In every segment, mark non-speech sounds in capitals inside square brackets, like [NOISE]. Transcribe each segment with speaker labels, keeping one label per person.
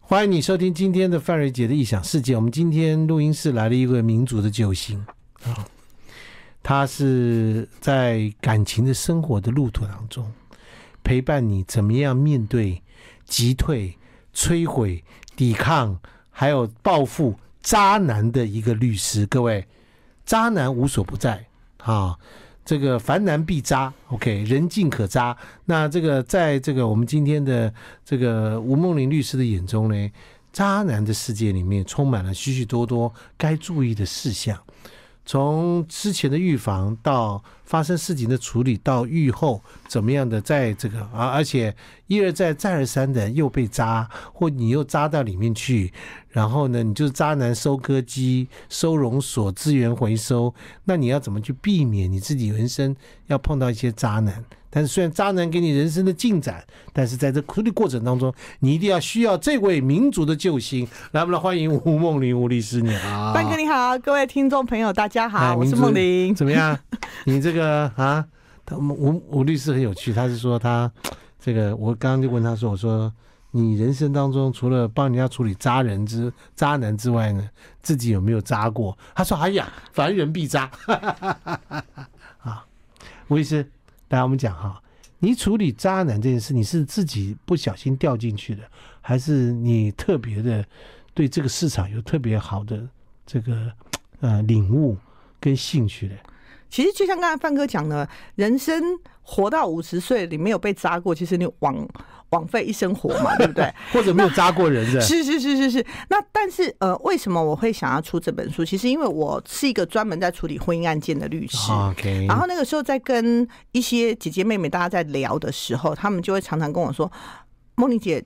Speaker 1: 欢迎你收听今天的范瑞杰的异想世界。我们今天录音室来了一位民族的救星啊，他是在感情的生活的路途当中，陪伴你怎么样面对击退、摧毁、抵抗，还有报复渣男的一个律师。各位，渣男无所不在啊。这个凡男必渣，OK，人尽可渣。那这个在这个我们今天的这个吴梦玲律师的眼中呢，渣男的世界里面充满了许许多多该注意的事项，从之前的预防到发生事情的处理，到愈后怎么样的，在这个啊，而且一而再再而三的又被渣，或你又渣到里面去，然后呢，你就是渣男收割机、收容所、资源回收，那你要怎么去避免你自己人生要碰到一些渣男？但是虽然渣男给你人生的进展，但是在这苦力过程当中，你一定要需要这位民族的救星。来，我们来欢迎吴梦玲吴律师，你好，
Speaker 2: 范哥你好，各位听众朋友大家
Speaker 1: 哎
Speaker 2: 好，我
Speaker 1: 民
Speaker 2: 是
Speaker 1: 族
Speaker 2: 梦玲。
Speaker 1: 怎么样？你这个啊，他吴吴律师很有趣，他是说他这个，我刚刚就问他说，我说你人生当中除了帮人家处理渣人之渣男之外呢，自己有没有渣过？他说哎呀，凡人必渣。 [LAUGHS] 啊，吴律师，来我们讲哈，你处理渣男这件事，你是自己不小心掉进去的，还是你特别的对这个市场有特别好的这个呃领悟？跟兴趣嘞。
Speaker 2: 其实就像刚才范哥讲的，人生活到五十岁，你没有被扎过，其实你枉枉费一生活嘛，对不对？
Speaker 1: 或者没有扎过 [LAUGHS] 人的，
Speaker 2: 是是是是是。那但是呃，为什么我会想要出这本书？其实因为我是一个专门在处理婚姻案件的律师。
Speaker 1: 哦 OK，
Speaker 2: 然后那个时候在跟一些姐姐妹妹大家在聊的时候，她们就会常常跟我说：“梦玲姐，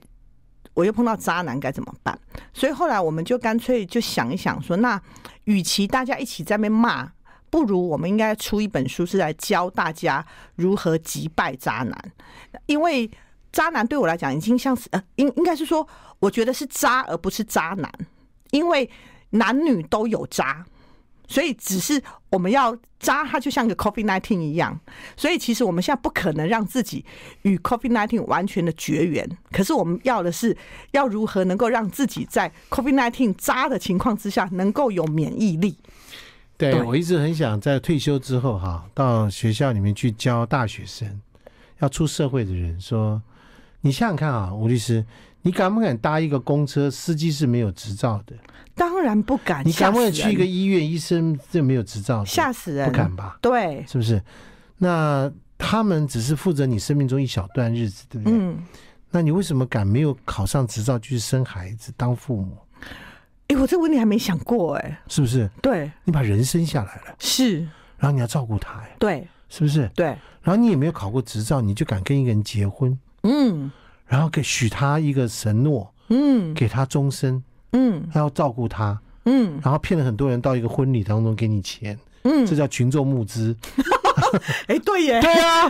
Speaker 2: 我又碰到渣男该怎么办？”所以后来我们就干脆就想一想说，那与其大家一起在那边骂，不如我们应该出一本书，是来教大家如何击败渣男，因为。渣男对我来讲已经像是呃，应应该是说，我觉得是渣而不是渣男，因为男女都有渣，所以只是我们要渣，它就像个 COVID nineteen 一样。所以其实我们现在不可能让自己与 COVID nineteen 完全的绝缘，可是我们要的是要如何能够让自己在 COVID nineteen 渣的情况之下能够有免疫力。
Speaker 1: 对
Speaker 2: 对
Speaker 1: 我一直很想在退休之后哈，到学校里面去教大学生，要出社会的人说，你想想看啊，吴律师，你敢不敢搭一个公车，司机是没有执照的？
Speaker 2: 当然不敢，
Speaker 1: 你啊敢不敢
Speaker 2: 吓死
Speaker 1: 去一个
Speaker 2: 人
Speaker 1: 医院，医生是没有执照的？
Speaker 2: 吓死人？
Speaker 1: 不敢吧？
Speaker 2: 对，
Speaker 1: 是不是？那他们只是负责你生命中一小段日子，对不对？
Speaker 2: 嗯。
Speaker 1: 那你为什么敢没有考上执照就去生孩子、当父母？
Speaker 2: 哎、我这个问题还没想过哎、
Speaker 1: 是不是？
Speaker 2: 对，
Speaker 1: 你把人生下来了，
Speaker 2: 是，
Speaker 1: 然后你要照顾他，哎，
Speaker 2: 对，
Speaker 1: 是不是？
Speaker 2: 对，
Speaker 1: 然后你也没有考过执照，你就敢跟一个人结婚，
Speaker 2: 嗯，
Speaker 1: 然后给许他一个承诺，
Speaker 2: 嗯，
Speaker 1: 给他终身，
Speaker 2: 嗯，
Speaker 1: 他要照顾他，
Speaker 2: 嗯，
Speaker 1: 然后骗了很多人到一个婚礼当中给你钱，
Speaker 2: 嗯
Speaker 1: 这叫群众募资。
Speaker 2: 哎、对哎耶，
Speaker 1: 对啊，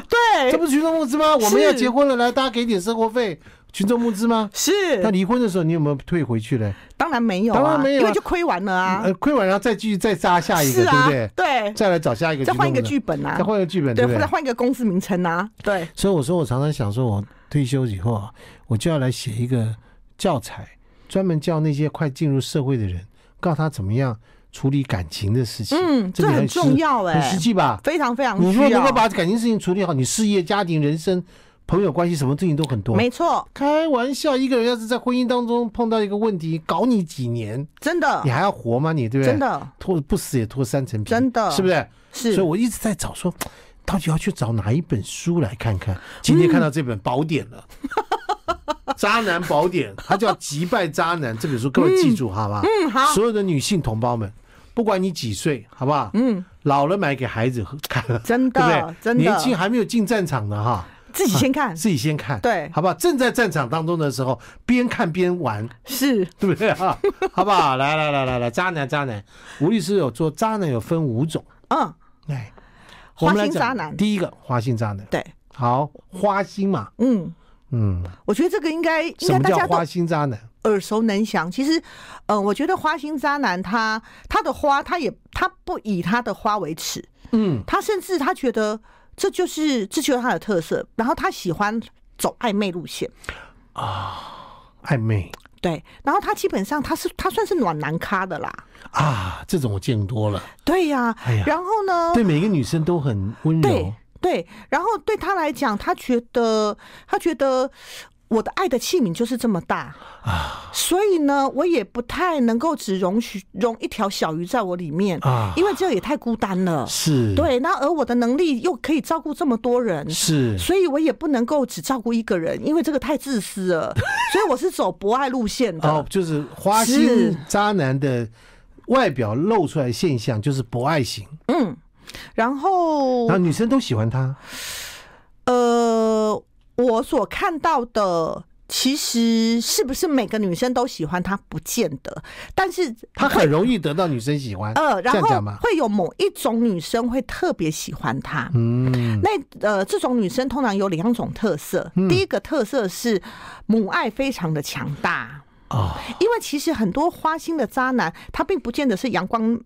Speaker 1: [LAUGHS]
Speaker 2: 对
Speaker 1: 这，不是群众募资吗？我们要结婚了，来大家给点生活费，群众募资吗？
Speaker 2: 是
Speaker 1: 那离婚的时候你有没有退回去嘞？
Speaker 2: 当然没有、啊，
Speaker 1: 当然没有啊
Speaker 2: 因为就亏完了啊。
Speaker 1: 呃，亏完然后再继续再扎下一个，
Speaker 2: 是啊，
Speaker 1: 对不对？再来找下一个，
Speaker 2: 再换一个剧，本啊
Speaker 1: 再，换一个剧本，对
Speaker 2: 对，
Speaker 1: 不对
Speaker 2: 再？换一个公司名称啊，对，
Speaker 1: 所以我说，我常常想说，我退休以后啊，我就要来写一个教材，专门教那些快进入社会的人，告诉他怎么样处理感情的事情。
Speaker 2: 嗯，这
Speaker 1: 个
Speaker 2: 很
Speaker 1: 实
Speaker 2: 重要哎、
Speaker 1: 很实际吧？
Speaker 2: 非常非常
Speaker 1: 你如
Speaker 2: 需
Speaker 1: 果能够
Speaker 2: 要，
Speaker 1: 把感情事情处理好，你事业、家庭、人生、朋友关系，什么事情都很多。
Speaker 2: 没错，
Speaker 1: 开玩笑，一个人要是在婚姻当中碰到一个问题，搞你几年，
Speaker 2: 真的
Speaker 1: 你，还要活吗？你对不对？
Speaker 2: 啊真，的
Speaker 1: 脱不死也脱三层皮，
Speaker 2: 真的
Speaker 1: 是不是？
Speaker 2: 是
Speaker 1: 所以我一直在找说，到底要去找哪一本书来看看。今天看到这本宝典
Speaker 2: [LAUGHS]
Speaker 1: 了，渣男宝典》，它叫《击败渣男》这本书，各位记住好吧？嗯，
Speaker 2: 好
Speaker 1: 所有的女性同胞们，不管你几岁，好不好？嗯，老了买给孩子喝看，
Speaker 2: 真
Speaker 1: [LAUGHS]
Speaker 2: 的
Speaker 1: 对不对？
Speaker 2: 真的
Speaker 1: 年轻还没啊有进战场呢，哈。
Speaker 2: 自己先看，
Speaker 1: 自己先看，
Speaker 2: 对
Speaker 1: 好不好？正在战场当中的时候，边看边玩， [LAUGHS]
Speaker 2: 是
Speaker 1: 对不对啊？好不好？来来来来来，渣男渣男，吴律师有做渣男有分五种，
Speaker 2: 嗯，
Speaker 1: 哎，我
Speaker 2: 花
Speaker 1: 们来
Speaker 2: 心
Speaker 1: 讲
Speaker 2: 渣男，
Speaker 1: 第一个花心渣男，
Speaker 2: 对，
Speaker 1: 好，花心嘛，
Speaker 2: 嗯，
Speaker 1: 嗯，
Speaker 2: 我觉得这个应该应
Speaker 1: 什
Speaker 2: 该
Speaker 1: 么
Speaker 2: 大
Speaker 1: 叫
Speaker 2: 家都
Speaker 1: 花心渣男？
Speaker 2: 耳熟能详。其实，呃，我觉得花心渣男他他的花，他也他不以他的花为耻，
Speaker 1: 嗯，
Speaker 2: 他甚至他觉得这就是这就是他的特色，然后他喜欢走暧昧路线。
Speaker 1: 暧昧，
Speaker 2: 对，然后他基本上他是他算是暖男咖的啦，
Speaker 1: 啊，这种我见多了。
Speaker 2: 对呀、
Speaker 1: 哎呀，
Speaker 2: 然后呢，
Speaker 1: 对哦每个女生都很温柔
Speaker 2: 哦对。对，然后对他来讲，他觉得他觉得我的爱的器皿就是这么大啊，所以呢，我也不太能够只容许容一条小鱼在我里面，
Speaker 1: 啊，
Speaker 2: 因为这样也太孤单了。
Speaker 1: 是，，
Speaker 2: 对，那而我的能力又可以照顾这么多人。
Speaker 1: 是，
Speaker 2: 所以我也不能够只照顾一个人，因为这个太自私了。所以我是走博爱路线的。
Speaker 1: 哦，就是花
Speaker 2: 是
Speaker 1: 心渣男的外表露出来现象就是博爱型，
Speaker 2: 然后
Speaker 1: 然后女生都喜欢他。
Speaker 2: 呃，我所看到的，其实是不是每个女生都喜欢他，不见得。但是
Speaker 1: 他很容易得到女生喜欢，
Speaker 2: 呃，
Speaker 1: 这
Speaker 2: 然
Speaker 1: 样讲
Speaker 2: 后
Speaker 1: 嘛，
Speaker 2: 会有某一种女生会特别喜欢他。
Speaker 1: 嗯，
Speaker 2: 那呃，这种女生通常有两种特色。第一个特色是母爱非常的强大，
Speaker 1: 哦，
Speaker 2: 因为其实很多花心的渣男，他并不见得是阳光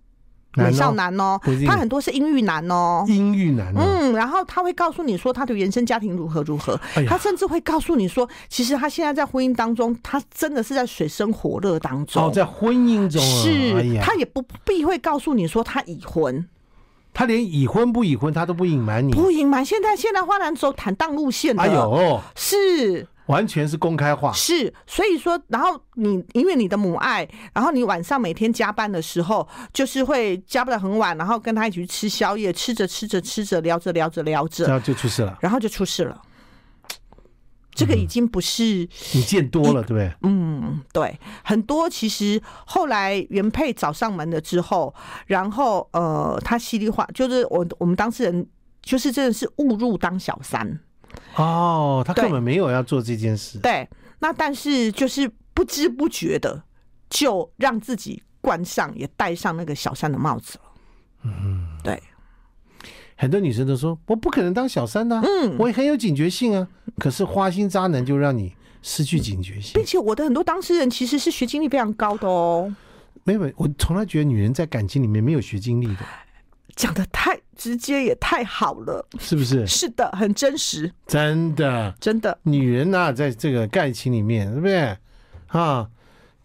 Speaker 2: 美少男哦
Speaker 1: 不一，定
Speaker 2: 他很多是阴郁男哦。
Speaker 1: 阴郁男哦，
Speaker 2: 嗯，然后他会告诉你说他的原生家庭如何如何，
Speaker 1: 哎呀
Speaker 2: 他甚至会告诉你说，其实他现在在婚姻当中，他真的是在水深火热当中。
Speaker 1: 哦，在婚姻中啊，哎
Speaker 2: 是，
Speaker 1: 呀嗯
Speaker 2: 他，也不必会告诉你说他已婚，
Speaker 1: 他连已婚不已婚他都不隐瞒你，
Speaker 2: 不隐瞒。现在现在花篮走坦荡路线的，
Speaker 1: 哎呦，
Speaker 2: 是
Speaker 1: 完全是公开化，
Speaker 2: 是，所以说，然后你因为你的母爱，然后你晚上每天加班的时候，就是会加班的很晚，然后跟他一起去吃宵夜，吃着吃着吃着，聊着聊着聊
Speaker 1: 这
Speaker 2: 着，
Speaker 1: 样就出事了。
Speaker 2: 然后就出事了。这个已经不是，
Speaker 1: 你见多了，对不对？
Speaker 2: 嗯，对，很多其实后来原配找上门了之后，然后呃，他稀里哗，就是我我们当事人就是真的是误入当小三，
Speaker 1: 哦，他根
Speaker 2: 对
Speaker 1: 本没有要做这件事，
Speaker 2: 对，那但是就是不知不觉的就让自己冠上也戴上那个小三的帽子了。嗯，对，
Speaker 1: 很多女生都说我不可能当小三的、嗯，我也很有警觉性啊。可是花心渣男就让你失去警觉性
Speaker 2: 并，且我的很多当事人其实是学经历非常高的哦，
Speaker 1: 没有，没有我从来觉得女人在感情里面没有学经历的，
Speaker 2: 讲的太直接也太好了，
Speaker 1: 是不是？
Speaker 2: 是的，很真实，
Speaker 1: 真的，
Speaker 2: 真的，
Speaker 1: 女人呐、在这个感情里面，对不对？啊，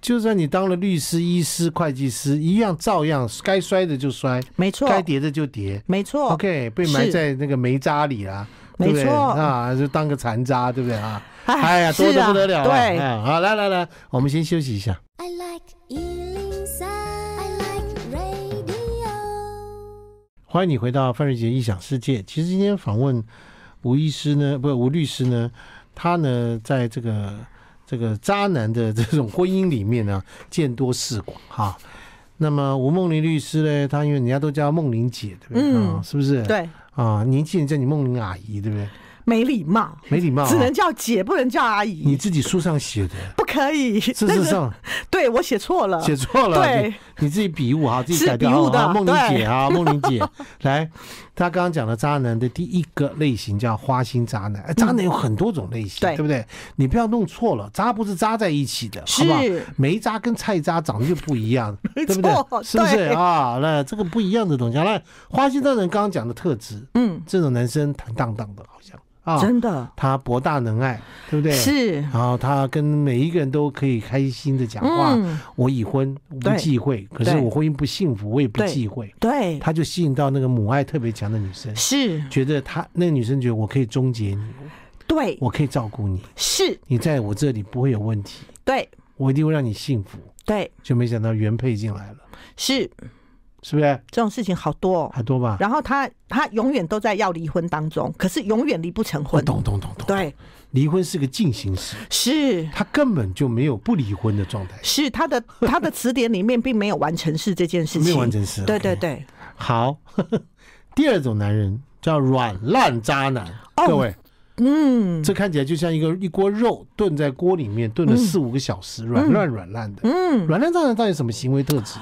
Speaker 1: 就算你当了律师、医师、会计师，一样照样该摔的就摔，
Speaker 2: 没错，
Speaker 1: 该跌的就跌。
Speaker 2: 没错
Speaker 1: OK，被埋在那个煤渣里啦、对不对
Speaker 2: 哦没错
Speaker 1: 啊，就当个残渣，对不对啊？
Speaker 2: 哎
Speaker 1: 哎呀，多
Speaker 2: 是
Speaker 1: 的
Speaker 2: 啊
Speaker 1: 不得了、啊
Speaker 2: 对
Speaker 1: 哎好，来来来，我们先休息一下。
Speaker 3: I like Ealing Sound. I like radio.
Speaker 1: 欢迎你回到范瑞杰异想世界。其实今天访问吴医师呢，不，吴律师呢，他呢，在这个这个渣男的这种婚姻里面呢，见多识广哈。那么吴梦玲律师呢，她因为人家都叫梦玲姐，对不对？
Speaker 2: 嗯
Speaker 1: 啊是不是？
Speaker 2: 对，
Speaker 1: 啊，年轻人叫你梦玲阿姨，对不对？
Speaker 2: 没礼貌，
Speaker 1: 没礼貌、啊，
Speaker 2: 只能叫姐，不能叫阿
Speaker 1: 你
Speaker 2: 姨，
Speaker 1: 自己书上写的，
Speaker 2: 不可以。
Speaker 1: 事
Speaker 2: 那
Speaker 1: 实
Speaker 2: 个
Speaker 1: 上
Speaker 2: 对我写错了，
Speaker 1: 写错了，
Speaker 2: 对
Speaker 1: 你你自己笔误哈，自己
Speaker 2: 是
Speaker 1: 改掉
Speaker 2: 笔误
Speaker 1: 啊
Speaker 2: 的
Speaker 1: 啊梦玲
Speaker 2: 对
Speaker 1: 姐啊，梦玲姐， [LAUGHS] 来，她刚刚讲的渣男的第一个类型叫花心渣男，哎，渣男有很多种类型，
Speaker 2: 嗯对
Speaker 1: 对不对？你不要弄错了，渣不是渣在一起的，好
Speaker 2: 是
Speaker 1: 不好？梅渣跟菜渣长得就不一
Speaker 2: [LAUGHS]
Speaker 1: 样，对不对？
Speaker 2: 错
Speaker 1: 是不是
Speaker 2: 对
Speaker 1: 啊？那这个不一样的东西，来，花心渣男刚刚讲的特质，
Speaker 2: 嗯，
Speaker 1: 这种男生坦荡荡的，好像啊，
Speaker 2: 真的
Speaker 1: 他博大能爱，对不对？
Speaker 2: 是 [LAUGHS]
Speaker 1: 然后他跟每一个人都可以开心的讲话。
Speaker 2: 嗯
Speaker 1: 我已婚我不
Speaker 2: 对
Speaker 1: 忌讳，可是
Speaker 2: 对
Speaker 1: 我婚姻不幸福，我也不
Speaker 2: 对
Speaker 1: 忌讳。
Speaker 2: 对，
Speaker 1: 他就吸引到那个母爱特别强的女生，
Speaker 2: 是
Speaker 1: 觉得他那个女生觉得我可以终结你，
Speaker 2: 对
Speaker 1: 我可以照顾你，
Speaker 2: 是
Speaker 1: 你在我这里不会有问题，
Speaker 2: 对
Speaker 1: 我一定会让你幸福。
Speaker 2: 对
Speaker 1: 就没想到原配进来了，
Speaker 2: 是
Speaker 1: 是不是？
Speaker 2: 这种事情好多、哦。
Speaker 1: 还多吧？
Speaker 2: 然后他他永远都在要离婚当中，可是永远离不成婚。
Speaker 1: 懂懂懂懂。
Speaker 2: 对，
Speaker 1: 离婚是个进行时，
Speaker 2: 是
Speaker 1: 他根本就没有不离婚的状态，
Speaker 2: 是他的他的词典里面并没有完成式这件事情，
Speaker 1: 没有完成时。
Speaker 2: 对对
Speaker 1: OK。
Speaker 2: 对，
Speaker 1: 好， [LAUGHS] 第二种男人叫软烂渣男，
Speaker 2: 哦
Speaker 1: 各位。
Speaker 2: 嗯
Speaker 1: 这看起来就像一个一锅肉炖在锅里面炖了四五个小时，软烂软烂的。
Speaker 2: 嗯，
Speaker 1: 软烂渣男到底什么行为特质？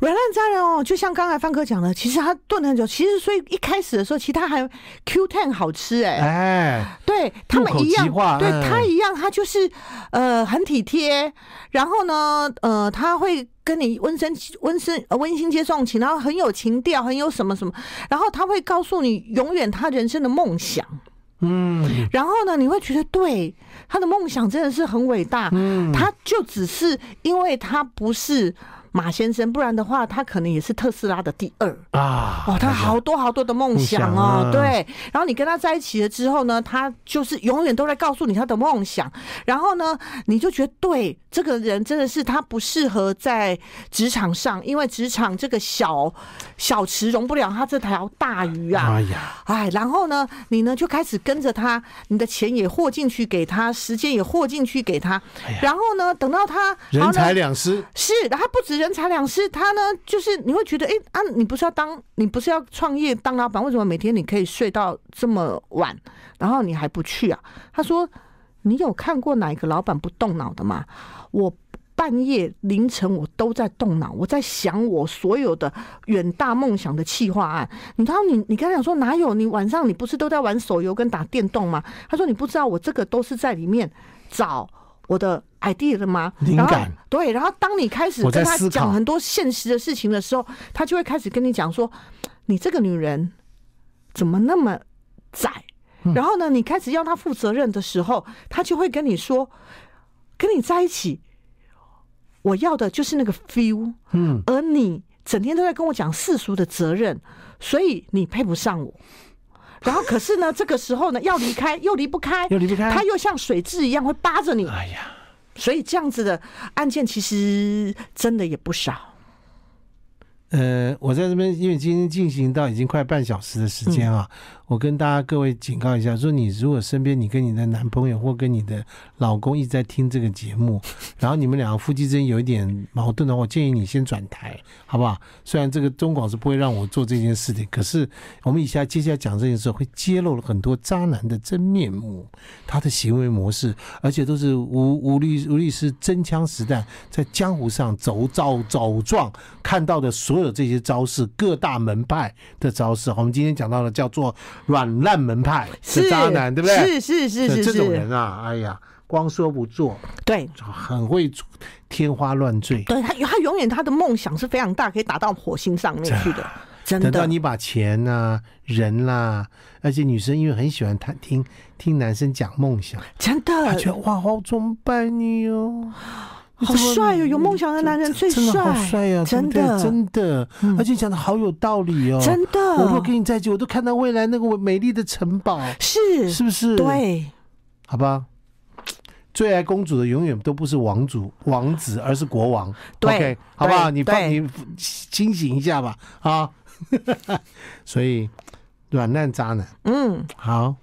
Speaker 2: 软烂渣人哦，就像刚才范哥讲的，其实他炖了很久，其实所以一开始的时候，其实他还 Q ten 好吃哎、
Speaker 1: 哎，
Speaker 2: 对他们
Speaker 1: 入口
Speaker 2: 一
Speaker 1: 即
Speaker 2: 样
Speaker 1: 化，
Speaker 2: 对
Speaker 1: 嗯
Speaker 2: 他一样，他就是呃很体贴，然后呢，呃，他会跟你温声温声呃温馨接送情，然后很有情调，很有什么什么，然后他会告诉你永远他人生的梦想，
Speaker 1: 嗯
Speaker 2: 然后呢，你会觉得对他的梦想真的是很伟大，
Speaker 1: 嗯，
Speaker 2: 他就只是因为他不是马先生，不然的话，他可能也是特斯拉的第二。
Speaker 1: 啊，
Speaker 2: 哦，他好多好多的梦想哦，
Speaker 1: 梦想啊
Speaker 2: 对。然后你跟他在一起了之后呢，他就是永远都在告诉你他的梦想。然后呢，你就觉得对这个人真的是他不适合在职场上，因为职场这个小小池容不了他这条大鱼啊。
Speaker 1: 哎呀，
Speaker 2: 哎，然后呢，你呢就开始跟着他，你的钱也豁进去给他，时间也豁进去给他，
Speaker 1: 哎呀
Speaker 2: 然后呢，等到他
Speaker 1: 人
Speaker 2: 然后呢
Speaker 1: 财两失，
Speaker 2: 是，然后他不止人财两失，他呢就是你会觉得，哎、啊，你不是要当，你不是要创业当老板，为什么每天你可以睡到这么晚，然后你还不去啊？他说，你有看过哪一个老板不动脑的吗？我。半夜凌晨，我都在动脑，我在想我所有的远大梦想的企划案。你知道你，你刚才讲说哪有？你晚上你不是都在玩手游跟打电动吗？他说你不知道，我这个都是在里面找我的 idea 的吗？
Speaker 1: 灵
Speaker 2: 然后
Speaker 1: 感
Speaker 2: 对，然后当你开始
Speaker 1: 我在
Speaker 2: 跟他
Speaker 1: 思考
Speaker 2: 讲很多现实的事情的时候，他就会开始跟你讲说，你这个女人怎么那么窄？
Speaker 1: 嗯
Speaker 2: 然后呢，你开始要他负责任的时候，他就会跟你说，跟你在一起，我要的就是那个 feel，
Speaker 1: 嗯，
Speaker 2: 而你整天都在跟我讲世俗的责任，所以你配不上我。然后可是呢，这个时候呢，要离开
Speaker 1: [LAUGHS]
Speaker 2: 又离不开，
Speaker 1: 又离不开
Speaker 2: 他又像水蛭一样会扒着你，
Speaker 1: 哎呀，
Speaker 2: 所以这样子的案件其实真的也不少。
Speaker 1: 呃，我在这边，因为今天进行到已经快半小时的时间啊，我跟大家各位警告一下，说你如果身边你跟你的男朋友或跟你的老公一直在听这个节目，然后你们两个夫妻之间有一点矛盾的话，我建议你先转台，好不好？虽然这个中广是不会让我做这件事的，可是我们以下接下来讲这件事，会揭露了很多渣男的真面目，他的行为模式，而且都是无无律无律师真枪实弹在江湖上走造走撞看到的所有这些招式，各大门派的招式。好我们今天讲到了叫做软烂门派的渣男，对不对？
Speaker 2: 是是是是
Speaker 1: 这种
Speaker 2: 是，
Speaker 1: 人啊，哎呀，光说不做，
Speaker 2: 对
Speaker 1: 很会天花乱坠。
Speaker 2: 对，他他永远他的梦想是非常大，可以打到火星上面去的，
Speaker 1: [SIGHS]
Speaker 2: 真
Speaker 1: 等到
Speaker 2: 的。
Speaker 1: 你把钱呐、人啦、而且女生因为很喜欢他听听男生讲梦想，
Speaker 2: 真
Speaker 1: 她
Speaker 2: 的
Speaker 1: 觉得哇，好崇拜你哦，
Speaker 2: 呃好帅哦！有梦想的男人最
Speaker 1: 真的好帅呀、对
Speaker 2: 真
Speaker 1: 不对
Speaker 2: 的嗯
Speaker 1: 真的，而且讲的好有道理哦，
Speaker 2: 真的
Speaker 1: 我如果跟你在一起，我都看到未来那个美丽的城堡，
Speaker 2: 是
Speaker 1: 是不是？，
Speaker 2: 对，
Speaker 1: 好吧。最爱公主的永远都不是王主王子，而是国王。
Speaker 2: 对
Speaker 1: o k 好不好？
Speaker 2: 对
Speaker 1: 你放
Speaker 2: 对
Speaker 1: 你清醒一下吧，啊！ [LAUGHS] 所以软烂渣男，
Speaker 2: 嗯，
Speaker 1: 好，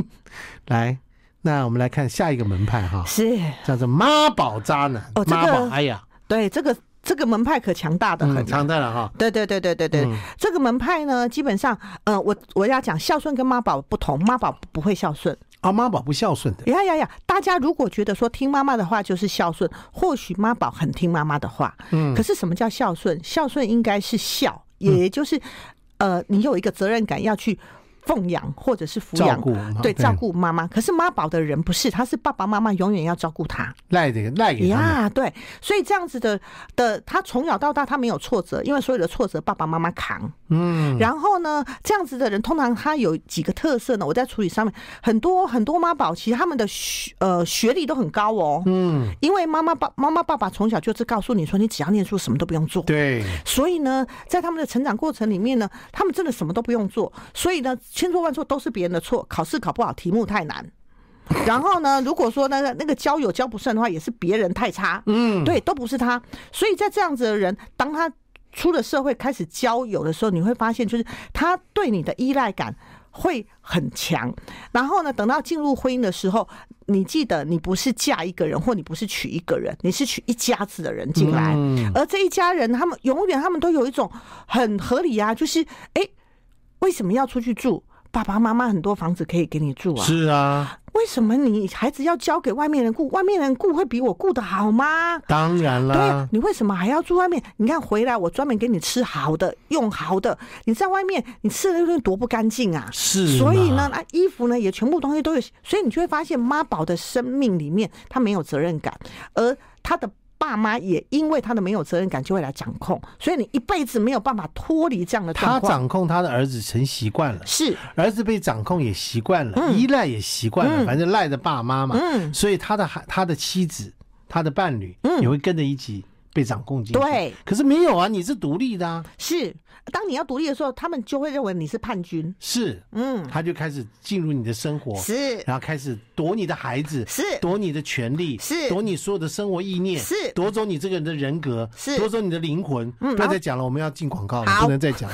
Speaker 1: [LAUGHS] 来，那我们来看下一个门派哈，
Speaker 2: 是
Speaker 1: 叫做妈宝渣男。
Speaker 2: 哦这个
Speaker 1: 妈宝，哎呀，
Speaker 2: 对这个这个门派可强大的很啊
Speaker 1: 很。常态了哈。
Speaker 2: 对对对对对对，
Speaker 1: 嗯
Speaker 2: 这个门派呢，基本上，呃，我我要讲孝顺跟妈宝不同，妈宝不会孝顺，
Speaker 1: 啊，妈宝不孝顺的，
Speaker 2: 呀呀呀！大家如果觉得说听妈妈的话就是孝顺，或许妈宝很听妈妈的话，
Speaker 1: 嗯
Speaker 2: 可是什么叫孝顺？孝顺应该是孝，也就是、呃，你有一个责任感要去奉养或者是抚
Speaker 1: 照
Speaker 2: 养
Speaker 1: 顾。嘛
Speaker 2: 对，照顾妈妈。可是妈宝的人不是，他是爸爸妈妈永远要照顾他
Speaker 1: 赖这个赖给他们。
Speaker 2: 呀。对，所以这样子的的，他从小到大他没有挫折，因为所有的挫折爸爸妈妈扛。
Speaker 1: 嗯，
Speaker 2: 然后呢，这样子的人通常他有几个特色呢？我在处理上面很多很多妈宝，其实他们的学呃学历都很高哦。
Speaker 1: 嗯，
Speaker 2: 因为妈妈爸妈妈爸爸从小就是告诉你说，你只要念书，什么都不用做。
Speaker 1: 对，
Speaker 2: 所以呢，在他们的成长过程里面呢，他们真的什么都不用做，所以呢，千错万错都是别人的错，考试考不好，题目太难。然后呢，如果说那个那个交友交不顺的话，也是别人太差，
Speaker 1: 嗯，
Speaker 2: 对，都不是他。所以在这样子的人，当他出了社会开始交友的时候，你会发现，就是他对你的依赖感会很强。然后呢，等到进入婚姻的时候，你记得你不是嫁一个人，或你不是娶一个人，你是娶一家子的人进来。
Speaker 1: 嗯
Speaker 2: 而这一家人，他们永远他们都有一种很合理啊，就是哎、诶为什么要出去住？爸爸妈妈很多房子可以给你住啊，
Speaker 1: 是啊，
Speaker 2: 为什么你孩子要交给外面人顾？外面人顾会比我顾得好吗？
Speaker 1: 当然
Speaker 2: 对啊
Speaker 1: 啦，，
Speaker 2: 你为什么还要住外面？你看回来，我专门给你吃好的，用好的。你在外面，你吃的又多不干净啊！
Speaker 1: 是。
Speaker 2: 所以呢，，那啊衣服呢也全部东西都有，所以你就会发现妈宝的生命里面他没有责任感，而他的爸妈也因为他的没有责任感就会来掌控，所以你一辈子没有办法脱离这样的
Speaker 1: 他
Speaker 2: 状况。
Speaker 1: 掌控他的儿子成习惯了，
Speaker 2: 是，
Speaker 1: 儿子被掌控也习惯了，
Speaker 2: 嗯
Speaker 1: 依赖也习惯了，
Speaker 2: 嗯
Speaker 1: 反正赖着爸妈嘛，
Speaker 2: 嗯，
Speaker 1: 所以他的孩、他的妻子、他的伴侣
Speaker 2: 嗯
Speaker 1: 也会跟着一起被掌控进去。
Speaker 2: 对，
Speaker 1: 可是没有啊，你是独立的啊，
Speaker 2: 是。当你要独立的时候，他们就会认为你是叛军。
Speaker 1: 是，
Speaker 2: 嗯，
Speaker 1: 他就开始进入你的生活，
Speaker 2: 是
Speaker 1: 然后开始夺你的孩子，
Speaker 2: 是
Speaker 1: 夺你的权利，
Speaker 2: 是
Speaker 1: 夺你所有的生活意念，
Speaker 2: 是
Speaker 1: 夺走你这个人的人格，
Speaker 2: 是
Speaker 1: 夺走你的灵魂。不要
Speaker 2: 然后
Speaker 1: 再讲了，我们要进广告了，
Speaker 2: 好
Speaker 1: 不能再
Speaker 2: [LAUGHS]
Speaker 1: 讲。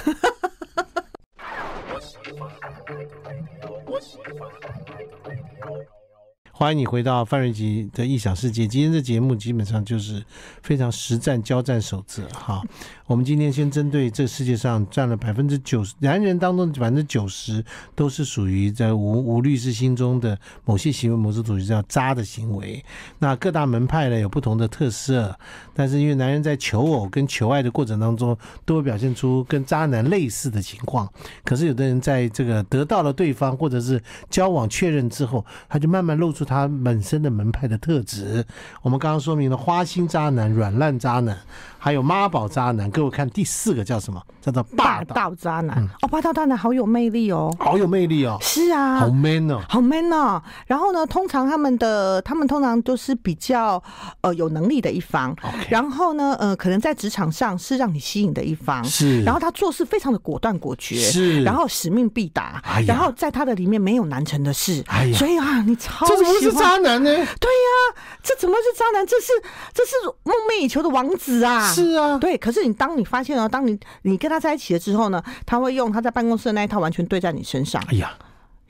Speaker 1: 欢迎你回到范瑞吉的异想世界。今天这节目基本上就是非常实战交战手册哈。我们今天先针对这世界上占了百分之九十男人当中百分之九十都是属于在无无律师心中的某些行为模式，属于叫渣的行为。那各大门派呢有不同的特色，但是因为男人在求偶跟求爱的过程当中，都会表现出跟渣男类似的情况。可是有的人在这个得到了对方或者是交往确认之后，他就慢慢露出他本身的门派的特质。我们刚刚说明了花心渣男、软烂渣男，还有妈宝渣男。各位看第四个叫什么？叫做霸道，
Speaker 2: 霸
Speaker 1: 嗯
Speaker 2: 道渣男、哦，霸道渣男好有魅力哦。
Speaker 1: 好有魅力哦，
Speaker 2: 是啊，
Speaker 1: 好 man 哦。
Speaker 2: 好 man 哦！然后呢，通常他们的他们通常都是比较呃有能力的一方
Speaker 1: OK
Speaker 2: 然后呢，呃，可能在职场上是让你吸引的一方，
Speaker 1: 是
Speaker 2: 啊然后他做事非常的果断果决，
Speaker 1: 是
Speaker 2: 然后使命必达，
Speaker 1: 哎呀
Speaker 2: 然后在他的里面没有难成的事，
Speaker 1: 哎呀
Speaker 2: 所以啊，你超
Speaker 1: 这怎么
Speaker 2: 喜
Speaker 1: 是
Speaker 2: 欢
Speaker 1: 渣男呢？
Speaker 2: 对呀、这怎么是渣男？这是这是梦寐以求的王子啊！
Speaker 1: 是啊
Speaker 2: 对。可是你当你发现哦，当你你跟他在一起了之后呢，他会用他在办公室的那一套完全对在你身上
Speaker 1: 哎呀，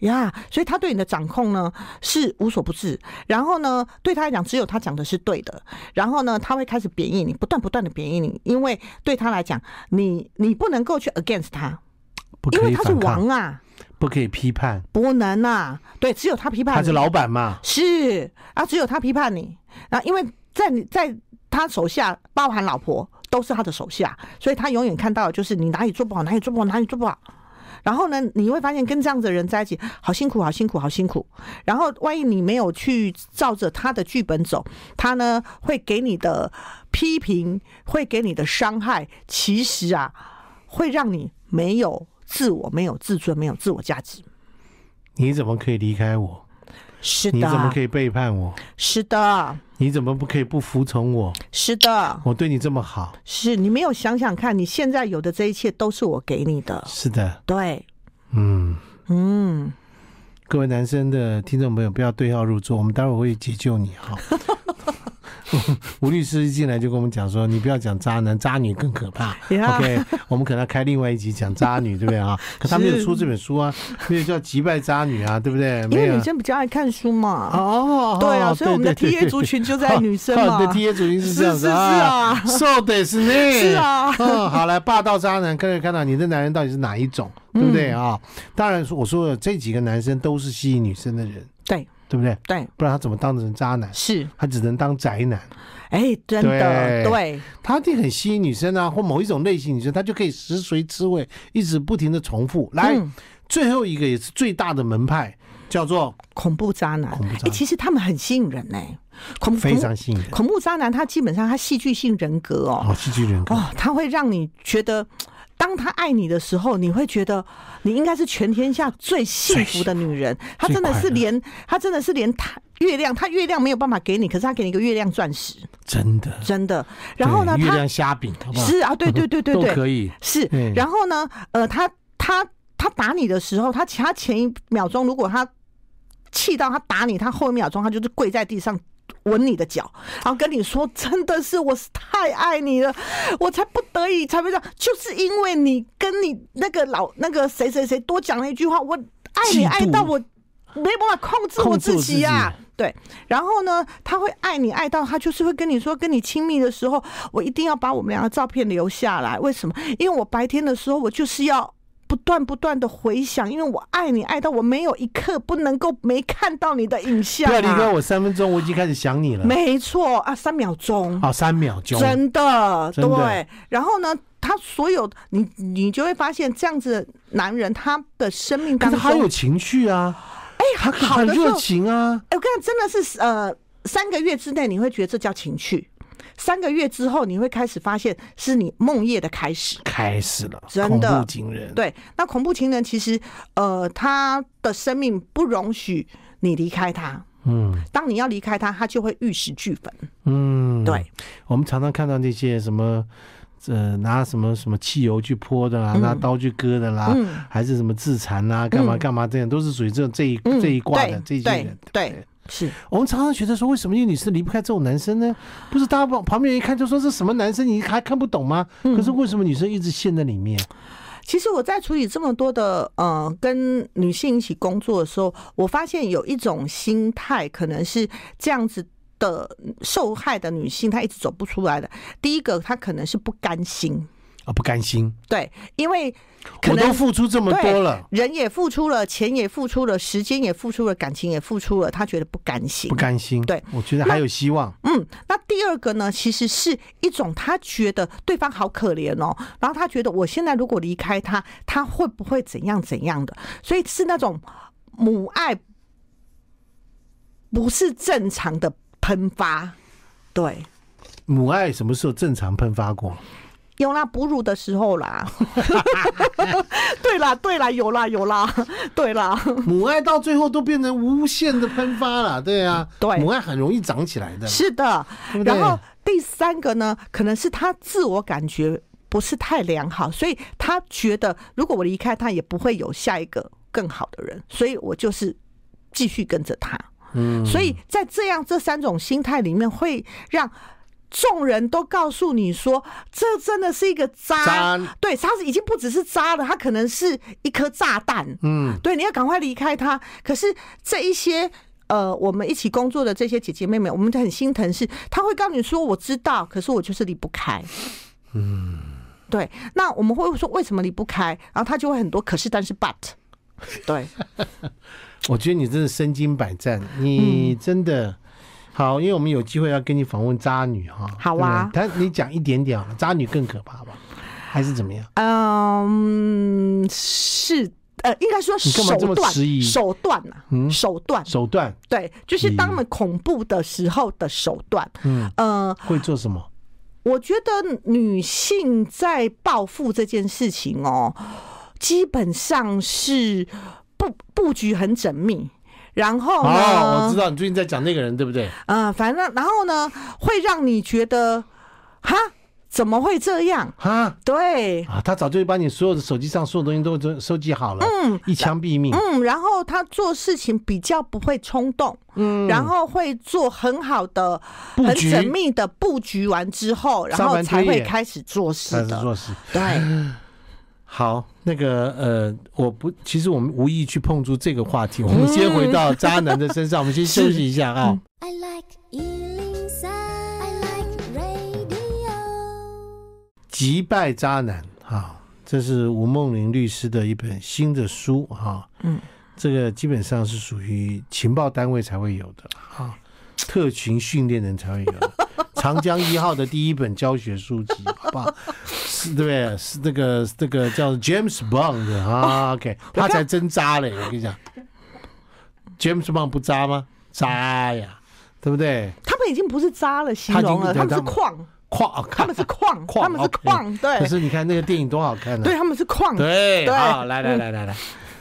Speaker 2: 呀所以他对你的掌控呢是无所不至。然后呢，对他来讲，只有他讲的是对的。然后呢，他会开始贬义你，不断不断的贬义你，因为对他来讲，你你不能够去 against 他，
Speaker 1: 不
Speaker 2: 因
Speaker 1: 可
Speaker 2: 为
Speaker 1: 以
Speaker 2: 他是
Speaker 1: 反抗，
Speaker 2: 王啊，
Speaker 1: 不可以批判，
Speaker 2: 不能啊，对，只有他批判你，
Speaker 1: 他是老板嘛。
Speaker 2: 是啊，只有他批判你，啊，因为在你在他手下，包含老婆都是他的手下，所以他永远看到的就是你哪里做不好，哪里做不好，哪里做不好。然后呢，你会发现跟这样子的人在一起，好辛苦，好辛苦，好辛苦。然后万一你没有去照着他的剧本走，他呢会给你的批评，会给你的伤害，其实啊，会让你没有自我，没有自尊，没有自我价值。
Speaker 1: 你怎么可以离开我？
Speaker 2: 是
Speaker 1: 你怎么
Speaker 2: 的
Speaker 1: 可，以背叛我？
Speaker 2: 是的，
Speaker 1: 你怎么不可以不服从我？
Speaker 2: 是的。
Speaker 1: 我对你这么好，
Speaker 2: 是你没有想想看，你现在有的这一切都是我给你的。
Speaker 1: 是的，
Speaker 2: 对，
Speaker 1: 嗯，
Speaker 2: 嗯，
Speaker 1: 各位男生的听众朋友，不要对号入座，我们待会儿会解救你
Speaker 2: [LAUGHS]
Speaker 1: 哈。吴律师一进来就跟我们讲说，你不要讲渣男，渣女更可怕。
Speaker 2: 呀
Speaker 1: OK，我们可能要开另外一集讲渣女，对不对
Speaker 2: [LAUGHS]
Speaker 1: 啊？可他没有
Speaker 2: 是
Speaker 1: 出这本书啊，没有叫击败渣女啊，对不对？
Speaker 2: 因
Speaker 1: 没
Speaker 2: 为
Speaker 1: 有
Speaker 2: 女生比较爱看书嘛。
Speaker 1: 哦，
Speaker 2: 对啊，所以我们的
Speaker 1: 对
Speaker 2: T
Speaker 1: 对
Speaker 2: A
Speaker 1: 对
Speaker 2: 族群就在女生
Speaker 1: [LAUGHS]
Speaker 2: 嘛
Speaker 1: 哦。你的 T A 主音是这样子
Speaker 2: 是是是啊
Speaker 1: ，so 的是呢，
Speaker 2: 是啊
Speaker 1: 嗯，好来，霸道渣男，各位看到你的男人到底是哪一种，对不对
Speaker 2: 嗯
Speaker 1: 啊？当然，我说的这几个男生都是吸引女生的人，
Speaker 2: 对
Speaker 1: 对不对？
Speaker 2: 对
Speaker 1: 不然他怎么当成渣男？
Speaker 2: 是，
Speaker 1: 他只能当宅男，
Speaker 2: 哎，真的
Speaker 1: 对
Speaker 2: 对，
Speaker 1: 他一定很吸引女生啊，或某一种类型女生，他就可以食髓知味，一直不停的重复。来，
Speaker 2: 嗯
Speaker 1: 最后一个也是最大的门派，叫做
Speaker 2: 恐怖渣男
Speaker 1: 恐怖渣。
Speaker 2: 哎，
Speaker 1: 男
Speaker 2: 其实他们很吸引人哎，恐
Speaker 1: 非
Speaker 2: 恐
Speaker 1: 常吸引人，
Speaker 2: 恐怖渣男，他基本上他戏剧性人格哦，
Speaker 1: 哦，戏剧人格，
Speaker 2: 哦，他会让你觉得。当他爱你的时候，你会觉得你应该是全天下最幸福的女人。她真的
Speaker 1: 最
Speaker 2: 是
Speaker 1: 快乐
Speaker 2: 连她真的是连她月亮，她月亮没有办法给你，可是她给你一个月亮钻石，
Speaker 1: 真的。
Speaker 2: 真的。然后呢，
Speaker 1: 对月
Speaker 2: 她
Speaker 1: 亮虾饼，好不好？
Speaker 2: 是啊，对对对
Speaker 1: [LAUGHS]
Speaker 2: 对
Speaker 1: 都
Speaker 2: 对，
Speaker 1: 可以。
Speaker 2: 是
Speaker 1: 对。
Speaker 2: 然后呢，呃，她她她打你的时候，她其他前一秒钟如果她气到她打你，她后一秒钟她就是跪在地上。吻你的脚，然后跟你说，真的是我是太爱你了，我才不得已才会这样，就是因为你跟你那个老那个谁谁谁多讲了一句话，我爱你
Speaker 1: 嫉妒
Speaker 2: 爱到我没办法控制我
Speaker 1: 控制
Speaker 2: 自
Speaker 1: 我
Speaker 2: 己啊
Speaker 1: 自。
Speaker 2: 对，然后呢，他会爱你爱到他就是会跟你说，跟你亲密的时候，我一定要把我们俩的照片留下来。为什么？因为我白天的时候，我就是要不断不断的回想，因为我爱你爱到我没有一刻不能够没看到你的影像、
Speaker 1: 不
Speaker 2: 啊。
Speaker 1: 要离开我三分钟，我已经开始想你了。
Speaker 2: 没错啊，三秒钟。
Speaker 1: 好，三秒钟，
Speaker 2: 真的，
Speaker 1: 真的
Speaker 2: 对。然后呢，他所有你你就会发现，这样子的男人他的生命
Speaker 1: 可
Speaker 2: 当
Speaker 1: 是
Speaker 2: 中，
Speaker 1: 他有情绪啊，
Speaker 2: 哎、
Speaker 1: 他
Speaker 2: 好
Speaker 1: 很
Speaker 2: 的时候
Speaker 1: 热情啊，
Speaker 2: 哎、我跟你讲，真的是呃，三个月之内你会觉得这叫情趣。三个月之后，你会开始发现是你梦夜的开始。
Speaker 1: 开始了，
Speaker 2: 真的
Speaker 1: 恐怖惊人。
Speaker 2: 对，那恐怖情人其实，呃，他的生命不容许你离开他。
Speaker 1: 嗯
Speaker 2: 当你要离开他，他就会玉石俱焚。
Speaker 1: 嗯，
Speaker 2: 对，
Speaker 1: 我们常常看到那些什么，呃，拿什么什么汽油去泼的啦，
Speaker 2: 嗯
Speaker 1: 拿刀去割的啦，
Speaker 2: 嗯
Speaker 1: 还是什么自残啦，干嘛
Speaker 2: 嗯
Speaker 1: 干嘛这样，都是属于这这一
Speaker 2: 嗯，
Speaker 1: 这一挂的这
Speaker 2: 对
Speaker 1: 一些人
Speaker 2: 对。对，是
Speaker 1: 我们常常觉得说，为什么因为女生离不开这种男生呢？不是大家旁旁边人一看就说这什么男生，你还看不懂吗？
Speaker 2: 嗯
Speaker 1: 可是为什么女生一直陷在里面？
Speaker 2: 其实我在处理这么多的呃跟女性一起工作的时候，我发现有一种心态，可能是这样子的受害的女性，她一直走不出来的。第一个，她可能是不甘心，
Speaker 1: 啊，不甘心，
Speaker 2: 对，因为可
Speaker 1: 我
Speaker 2: 能
Speaker 1: 都付出这么多了，
Speaker 2: 人也付出了，钱也付出了，时间也付出了，感情也付出了，她觉得不甘心
Speaker 1: 不。甘心。
Speaker 2: 对，
Speaker 1: 我觉得还有希望。
Speaker 2: 嗯，那第二个呢，其实是一种他觉得对方好可怜哦，然后他觉得我现在如果离开他，他会不会怎样怎样的？所以是那种母爱不是正常的喷发，对，
Speaker 1: 母爱什么时候正常喷发过？
Speaker 2: 有啦，哺乳的时候啦， [LAUGHS] 对啦，对啦，有啦，有啦，对啦，
Speaker 1: 母爱到最后都变成无限的喷发了，对啊，
Speaker 2: 对
Speaker 1: 母爱很容易长起来的，
Speaker 2: 是的。
Speaker 1: 对不对
Speaker 2: 然？后第三个呢，可能是他自我感觉不是太良好，所以他觉得如果我离开他，也不会有下一个更好的人，所以我就是继续跟着他。
Speaker 1: 嗯
Speaker 2: 所以在这样这三种心态里面，会让众人都告诉你说，这真的是一个渣。
Speaker 1: 渣
Speaker 2: 对，他是已经不只是渣了，他可能是一颗炸弹。
Speaker 1: 嗯，
Speaker 2: 对，你要赶快离开他。可是这一些呃，我们一起工作的这些姐姐妹妹，我们很心疼是，她会告诉你说我知道，可是我就是离不开。嗯，对。那我们会说为什么离不开？然后她就会很多可是但是 but。对，
Speaker 1: 我觉得你真的身经百战，你真的、好，因为我们有机会要跟你访问渣女哈，
Speaker 2: 好啊
Speaker 1: 对不对但你讲一点点好了，渣女更可怕吧？还是怎么样？
Speaker 2: 嗯，是呃，应该说
Speaker 1: 你干嘛
Speaker 2: 手
Speaker 1: 这么
Speaker 2: 段
Speaker 1: 迟疑，嗯
Speaker 2: 手段啊，手段。
Speaker 1: 手段，
Speaker 2: 对，就是当我们恐怖的时候的手段。
Speaker 1: 嗯，
Speaker 2: 呃，
Speaker 1: 会做什么？
Speaker 2: 我觉得女性在报复这件事情哦，基本上是布布局很缜密，然后
Speaker 1: 哦，我知
Speaker 2: 呢，
Speaker 1: 道你最近在讲那个人，对不对？
Speaker 2: 嗯、反正然后呢，会让你觉得，哈，怎么会这样？
Speaker 1: 哈
Speaker 2: 对，
Speaker 1: [LAUGHS] 啊，他早就把你所有的手机上所有东西都都收集好了，嗯，一枪毙命，
Speaker 2: 嗯，然后他做事情比较不会冲动，
Speaker 1: 嗯，
Speaker 2: 然后会做很好的、
Speaker 1: 布
Speaker 2: 很
Speaker 1: 局
Speaker 2: 缜密的布局完之后，然
Speaker 1: 沙
Speaker 2: 后
Speaker 1: 盘
Speaker 2: 才
Speaker 1: 推
Speaker 2: 会
Speaker 1: 演
Speaker 2: 开始做事
Speaker 1: 才是
Speaker 2: 的。
Speaker 1: 做事。
Speaker 2: 对，
Speaker 1: 好，那个呃，我不，其实我们无意去碰触这个话题，我们先回到渣男的身上，我们先休息一下啊。
Speaker 3: I like Ealing Sound. I like radio.
Speaker 1: 击败渣男啊，这是吴梦玲律师的一本新的书啊。
Speaker 2: 嗯，
Speaker 1: 这个基本上是属于情报单位才会有的啊，特勤训练人才会
Speaker 2: [LAUGHS]
Speaker 1: 有的。长江一号的第一本教学书籍，好不好？是，对不对？是那个那个叫 James Bond 的啊，OK，他才真渣嘞！我跟你讲，James Bond 不渣吗？渣呀，对不对？
Speaker 2: 他们已经不是渣了，形
Speaker 1: 他已经
Speaker 2: 容了，
Speaker 1: 对
Speaker 2: 他们是
Speaker 1: 他们
Speaker 2: 矿。
Speaker 1: 矿，
Speaker 2: 他们是矿，
Speaker 1: 矿
Speaker 2: 他们
Speaker 1: 啊
Speaker 2: 是
Speaker 1: OK
Speaker 2: 矿，
Speaker 1: 可
Speaker 2: 对，
Speaker 1: 是你看那个电影多好看呢、啊
Speaker 2: 对，他们是矿，
Speaker 1: 对，
Speaker 2: 对
Speaker 1: 好，来来
Speaker 2: 嗯
Speaker 1: 来来来，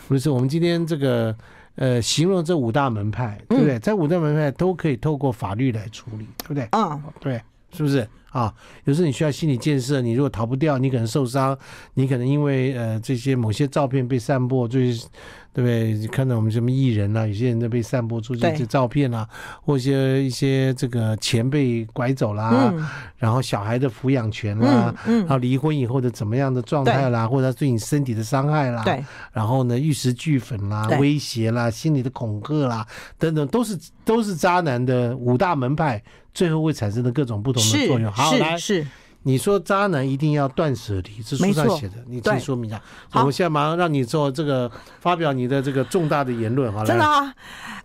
Speaker 1: 不是我们今天这个呃，形容这五大门派，对不对？在五大门派都可以透过法律来处理，对不对？
Speaker 2: 嗯，
Speaker 1: 对，是不是啊？有时候你需要心理建设，你如果逃不掉，你可能受伤，你可能因为呃这些某些照片被散播，就是对不对？看到我们什么艺人啊，有些人都被散播出去
Speaker 2: 对
Speaker 1: 一些照片啊，或一些一些这个钱被拐走啦、
Speaker 2: 嗯
Speaker 1: 然后小孩的抚养权啦、
Speaker 2: 嗯
Speaker 1: 然
Speaker 2: 嗯，
Speaker 1: 后离婚以后的怎么样的状态啦，或者他对你身体的伤害啦，
Speaker 2: 对，
Speaker 1: 然后呢玉石俱焚啦、
Speaker 2: 对
Speaker 1: 威胁啦、心理的恐吓啦等等，都是都是渣男的五大门派，最后会产生的各种不同的作用。好，来
Speaker 2: 是，是，
Speaker 1: 你说渣男一定要断舍离，这书
Speaker 2: 没
Speaker 1: 上
Speaker 2: 错
Speaker 1: 写的，你自
Speaker 2: 对
Speaker 1: 己说明一下。
Speaker 2: 好
Speaker 1: 我们现在马上让你做这个发表你的这个重大的言论，好
Speaker 2: 真的
Speaker 1: 来
Speaker 2: 啊，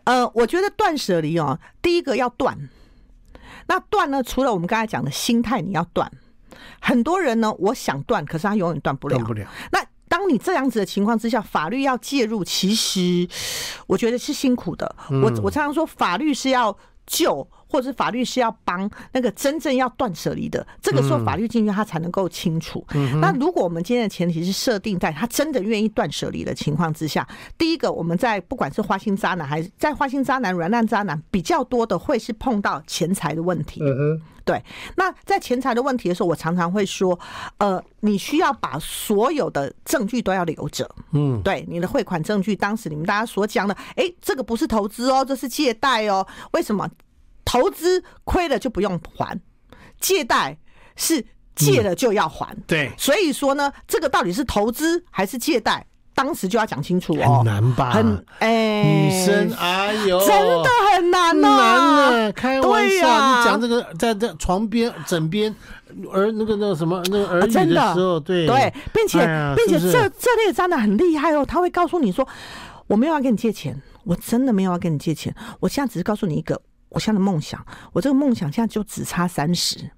Speaker 2: 呃，我觉得断舍离哦，第一个要断，那断呢，除了我们刚才讲的心态，你要断。很多人呢，我想断，可是他永远断不了
Speaker 1: 断。不了，
Speaker 2: 那当你这样子的情况之下，法律要介入，其实我觉得是辛苦的。我我常常说，法律是要救，或者是法律是要帮那个真正要断舍离的，这个时候
Speaker 1: 嗯
Speaker 2: 法律进去他才能够清楚。那如果我们今天的前提是设定在他真的愿意断舍离的情况之下，第一个我们在不管是花心渣男还是在花心渣男、软烂渣男比较多的会是碰到钱财的问题。
Speaker 1: 嗯哼，
Speaker 2: 对，那在钱财的问题的时候，我常常会说，呃，你需要把所有的证据都要留着。
Speaker 1: 嗯，
Speaker 2: 对你的汇款证据，当时你们大家所讲的，诶，这个不是投资哦，这是借贷哦。为什么投资亏了就不用还，借贷是借了就要还？
Speaker 1: 对，
Speaker 2: 所以说呢，这个到底是投资还是借贷，当时就要讲清楚哦。
Speaker 1: 很难吧？
Speaker 2: 很哎，
Speaker 1: 女生，哎呦，
Speaker 2: 真的很难哦
Speaker 1: 很
Speaker 2: 呐、
Speaker 1: 难啊呢，开玩
Speaker 2: 对
Speaker 1: 笑，
Speaker 2: 呀
Speaker 1: 你讲这个在在床边、枕边儿那个那个什么那个儿
Speaker 2: 啊
Speaker 1: 女
Speaker 2: 真的
Speaker 1: 时候，对
Speaker 2: 对，并且、
Speaker 1: 哎呀
Speaker 2: 并且
Speaker 1: 是不
Speaker 2: 这
Speaker 1: 是
Speaker 2: 这类的渣男很厉害哦，他会告诉你说，我没有要跟你借钱，我真的没有要跟你借钱，我现在只是告诉你一个我现在的梦想，我这个梦想现在就只差三十，